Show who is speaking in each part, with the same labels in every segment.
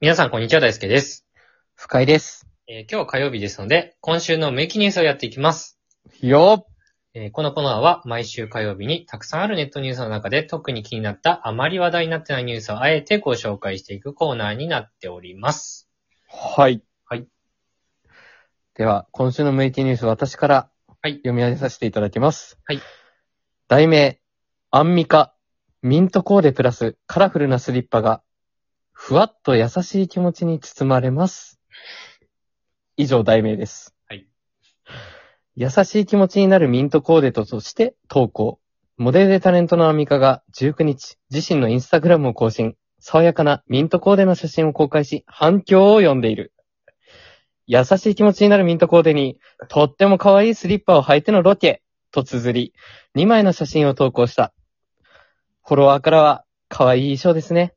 Speaker 1: 皆さん、こんにちは。大輔です、
Speaker 2: 不快です。
Speaker 1: えー今日は火曜日ですので、今週のメイキニュースをやっていきます。
Speaker 2: よ
Speaker 1: えーこのコーナーは毎週火曜日にたくさんあるネットニュースの中で特に気になったあまり話題になってないニュースをあえてご紹介していくコーナーになっており ます。
Speaker 2: はい。
Speaker 1: はい。
Speaker 2: では、今週のメイキニュース、私から、
Speaker 1: はい
Speaker 2: 読み上げさせていただきます。
Speaker 1: はい。
Speaker 2: 題名、アンミカ、ミントコーデプラスカラフルなスリッパが、ふわっと優しい気持ちに包まれます。以上、題名です。
Speaker 1: はい。
Speaker 2: 優しい気持ちになるミントコーデとして投稿。モデルでタレントのアンミカが19日、自身のインスタグラムを更新。爽やかなミントコーデの写真を公開し、反響を呼んでいる。優しい気持ちになるミントコーデに、とっても可愛いスリッパを履いてのロケ、と綴り、2枚の写真を投稿した。フォロワーからは、可愛い衣装ですね。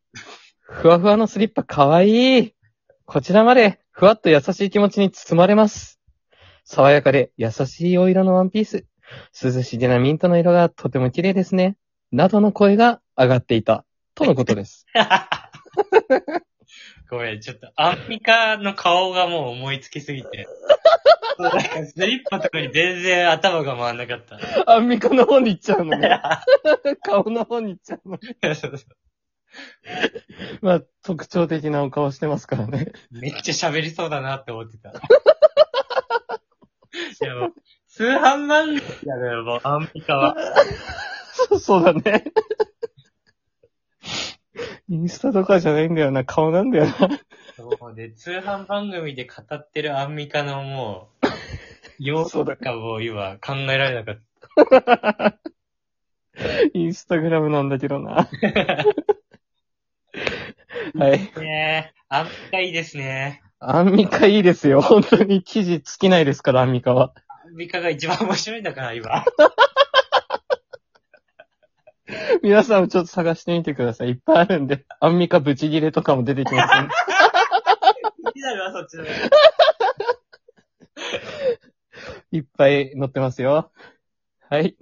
Speaker 2: ふわふわのスリッパ可愛い。こちらまで、ふわっと優しい気持ちに包まれます。爽やかで優しいお色のワンピース。涼しげなミントの色がとても綺麗ですね。などの声が上がっていた。とのことです。
Speaker 1: ごめん、ちょっとアンミカの顔がもう思いつきすぎ て。もうなんかスリッパとかに全然頭が回んなかった。
Speaker 2: アンミカの方に行っちゃうの ね。 顔の方に行っちゃうの。まあ、特徴的なお顔してますからね。
Speaker 1: めっちゃ喋りそうだなって思 ってた。いやもう、通販漫画だよ、もう、アンミカ は。
Speaker 2: そう そうだね。 インスタとかじゃないんだよな。顔なんだよな。
Speaker 1: もうね、通販番組で語ってるアンミカのも う、様子
Speaker 2: そうだ
Speaker 1: とかもう今考えられなかっ
Speaker 2: インスタグラムなんだけど な。はい。
Speaker 1: た。ねえ、アンミカいいですね。
Speaker 2: アンミカいいですよ。本当に記事尽きないですから、アンミカは。
Speaker 1: アンミカが一番面白いんだから、今。
Speaker 2: 皆さんもちょっと探してみてください。いっぱいあるんで。アンミカブチギレとかも出てきますんで
Speaker 1: 気になるわ、そっちの。
Speaker 2: いっぱい載ってますよ。はい。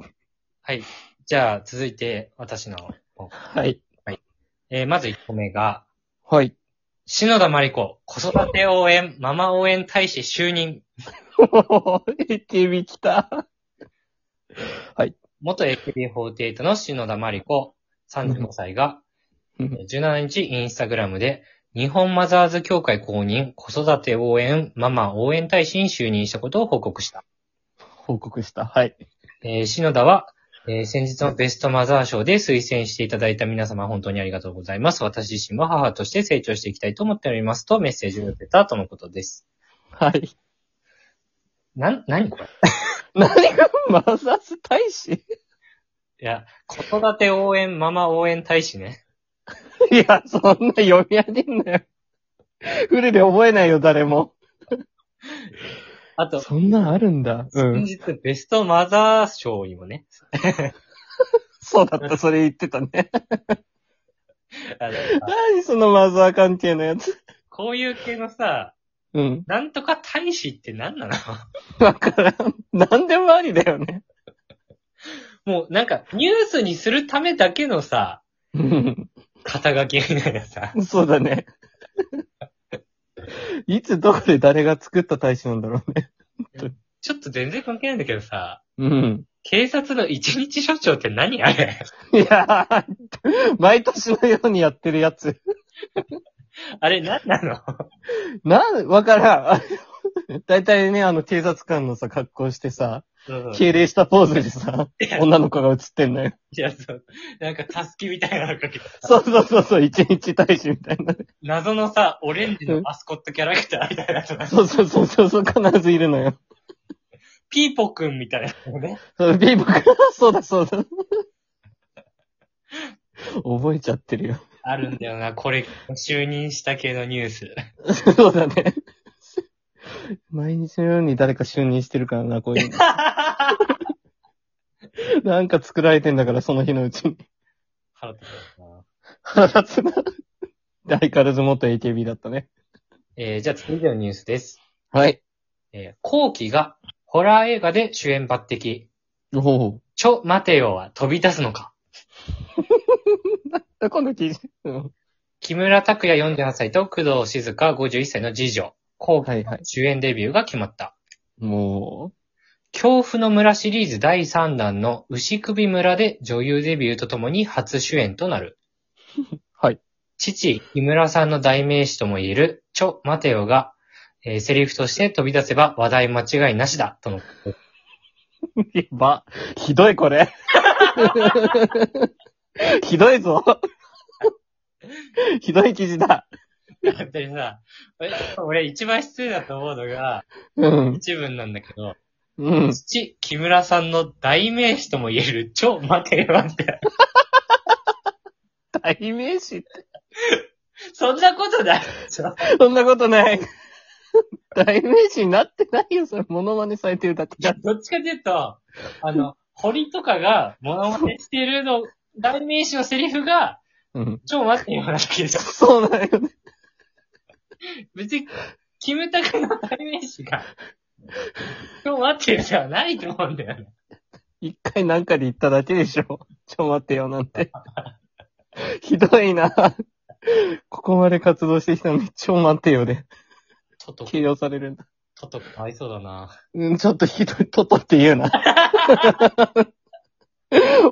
Speaker 1: はい。じゃあ、続いて、私の方。
Speaker 2: はい。
Speaker 1: えー、まず1個目が、
Speaker 2: はい。
Speaker 1: 篠田真理子、子育て応援、ママ応援大使就任。
Speaker 2: おー、AKB 来た。
Speaker 1: 元 AKB48 の篠田真理子、35歳が、
Speaker 2: うん
Speaker 1: 17日インスタグラムで、日本マザーズ協会公認、子育て応援、ママ応援大使に就任したことを報告した。
Speaker 2: 報告した。はい。
Speaker 1: えー篠田は、えー先日のベストマザー賞で推薦していただいた皆様本当にありがとうございます。私自身も母として成長していきたいと思っておりますとメッセージを寄せたとのことです。
Speaker 2: はい。
Speaker 1: なん、何これ
Speaker 2: 何がマザーズ大使
Speaker 1: い や、子育て応援、ママ応援大使ね。
Speaker 2: いや、そんな読み上げんなよ。フルで覚えないよ、誰も。
Speaker 1: あと、
Speaker 2: そんなんあるんだ。う
Speaker 1: 先
Speaker 2: ん。
Speaker 1: 日ベストマザー賞にもね、
Speaker 2: そうだ った、それ言ってたね。
Speaker 1: あのあ
Speaker 2: 何そのマザー関係のやつ。
Speaker 1: こういう系のさ、
Speaker 2: うん。
Speaker 1: なんとか大使って何なの
Speaker 2: わからん。何でもありだよね。
Speaker 1: もうなんかニュースにするためだけのさ、
Speaker 2: うん。
Speaker 1: 肩書きみたいなさ。
Speaker 2: そうだね。 いつどこで誰が作った大使なんだろうね。
Speaker 1: ちょっと全然関係ないんだけどさ、
Speaker 2: うん。
Speaker 1: 警察の一日署長って何あれ
Speaker 2: いやー、毎年のようにやってるやつ。
Speaker 1: あれ何なの
Speaker 2: なん、わからん。だいたいね、あの、警察官のさ、格好してさ、
Speaker 1: うん
Speaker 2: 敬礼したポーズにさ、女の子が映ってんのよ。
Speaker 1: いや、そう。なんかタスキみたいなのかけてさ、
Speaker 2: そうそうそう、そう一日大使みたいな。
Speaker 1: 謎のさ、オレンジのマスコットキャラクターみたいなのさ、
Speaker 2: そうそうそう、そうそう必ずいるのよ。
Speaker 1: ピーポくんみたいなのね。
Speaker 2: そうビーボーそうだそうだ。覚えちゃってるよ。
Speaker 1: あるんだよな、これ、就任した系のニュース。
Speaker 2: そうだね。毎日のように誰か就任してるからな、こういうの。なんか作られてんだから、その日のうちに。
Speaker 1: 腹立つな。
Speaker 2: 腹立つな。で相変わらず元 AKB だったね。
Speaker 1: えーじゃあ続いてのニュースです。
Speaker 2: はい。
Speaker 1: えー、後期がホラー映画で主演抜擢。
Speaker 2: おお。
Speaker 1: ちょ、待てよは飛び出すのか。
Speaker 2: 今度記事。うん。
Speaker 1: 木村拓哉48歳と工藤静香51歳の次女、後期
Speaker 2: はいはい。
Speaker 1: 主演デビューが決まった。
Speaker 2: も
Speaker 1: 恐怖の村シリーズ第3弾の牛首村で女優デビューとともに初主演となる。
Speaker 2: はい。
Speaker 1: 父、木村さんの代名詞とも言える、ちょ、待てよが、えーセリフとして飛び出せば話題間違いなしだ、との こと。
Speaker 2: う、 やば。ひどいこれ。 ひどいぞ。 ひどい記事だ。
Speaker 1: 本当にさ、俺俺一番失礼だと思うのが、
Speaker 2: うん。
Speaker 1: 一文なんだけど、
Speaker 2: うん。
Speaker 1: 父、木村さんの代名詞とも言える、ちょ、待てよって。
Speaker 2: 代名詞って
Speaker 1: そんなことないでしょ。
Speaker 2: そんなことない。 代名詞になってないよ、それ。モノマネされてるだけ
Speaker 1: いや、どっちかというと、あの、堀とかが物まねしてるの、代名詞のセリフが、
Speaker 2: うん。
Speaker 1: ちょ、待ってよなだけでしょ。
Speaker 2: そうなんよね。
Speaker 1: 別に、キムタクの代名詞が、ちょ、待ってよではないと思うんだよね。
Speaker 2: 一回なんかで言っただけでしょ。ちょ待ってよ、なんて。ひどいな。ここまで活動してきたのに、ちょ待ってよ で、
Speaker 1: トト、
Speaker 2: 形容されるんだ。
Speaker 1: トトかわいそうだな。
Speaker 2: うん、ちょっとひどい、とっとって言うな。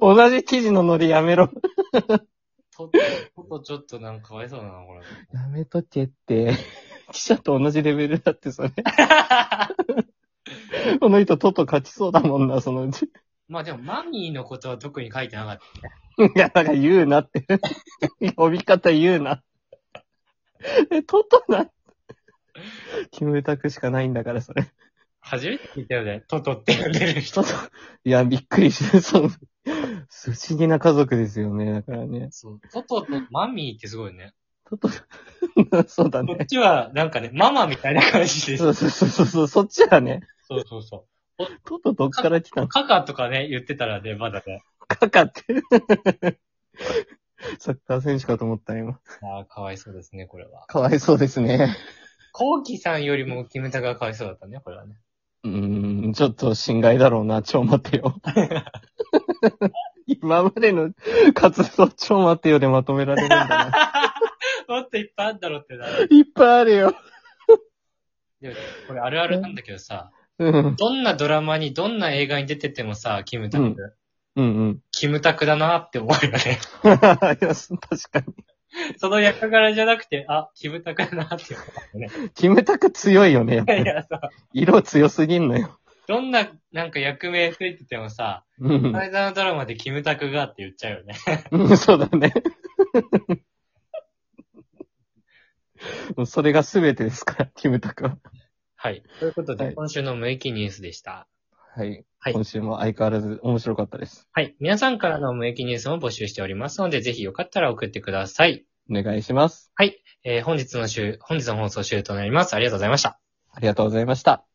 Speaker 2: 同じ記事のノリやめろ。
Speaker 1: トト、トトちょっとなんかかわいそうだな、これ。
Speaker 2: やめとけって。記者と同じレベルだって、それ。この人、とっと勝ちそうだもんな、そのうち。
Speaker 1: まあでも、マミーのことは特に書いてなかった。
Speaker 2: いや、なんか言うなって。呼び方言うな。え、トトな。キムタクしかないんだから、それ。
Speaker 1: 初めて聞いたよね。トトって呼んでる人。
Speaker 2: トト。いや、びっくりして、そう。不思議な家族ですよね、だからね。
Speaker 1: そう。トトとマミーってすごいね。
Speaker 2: トト。 そうだ
Speaker 1: こっ
Speaker 2: ね。
Speaker 1: ちは、なんかね、ママみたいな感じです
Speaker 2: そ。うそうそうそうそう、そっちはね。
Speaker 1: そうそうそ
Speaker 2: トトどっから来た
Speaker 1: う。
Speaker 2: の
Speaker 1: カカとかね、言ってたらね、まだね、
Speaker 2: かかって。 サッカー選手かと思った、今。
Speaker 1: ああ、かわいそうですね、これは。
Speaker 2: かわいそうですね。
Speaker 1: コウキさんよりもキムタクがかわいそうだったね、これはね。
Speaker 2: うーん、ちょっと心外だろうな、ちょ待てよ。 今までの活動、ちょ待てよでまとめられるんだな。
Speaker 1: もっといっぱいあんだろってな。
Speaker 2: いっぱいあるよ。
Speaker 1: でもこれあるあるなんだけどさ、
Speaker 2: うん。
Speaker 1: どんなドラマに、どんな映画に出ててもさ、キムタク、
Speaker 2: うんうんうん。
Speaker 1: キムタクだなって思うよね。
Speaker 2: いや確かに。
Speaker 1: その役柄じゃなくて、あ、キムタクだなって思うよね。
Speaker 2: キムタク強いよね。やっぱ
Speaker 1: い
Speaker 2: り
Speaker 1: やさ、
Speaker 2: 色強すぎんのよ。
Speaker 1: どんな、なんか役名ついててもさ、
Speaker 2: うん
Speaker 1: この。間のドラマでキムタクがって言っちゃうよね。
Speaker 2: うんそうだね。 もうそれが全てですから、キムタクは。
Speaker 1: はい。ということで、
Speaker 2: はい
Speaker 1: 今週の無益ニュースでした。
Speaker 2: はい。
Speaker 1: はい
Speaker 2: 今週も相変わらず面白かったです。
Speaker 1: はい。皆さんからの無益ニュースも募集しておりますので、ぜひよかったら送ってください。
Speaker 2: お願いします。
Speaker 1: はい。えー本日の週、本日の放送終了となります。ありがとうございました。
Speaker 2: ありがとうございました。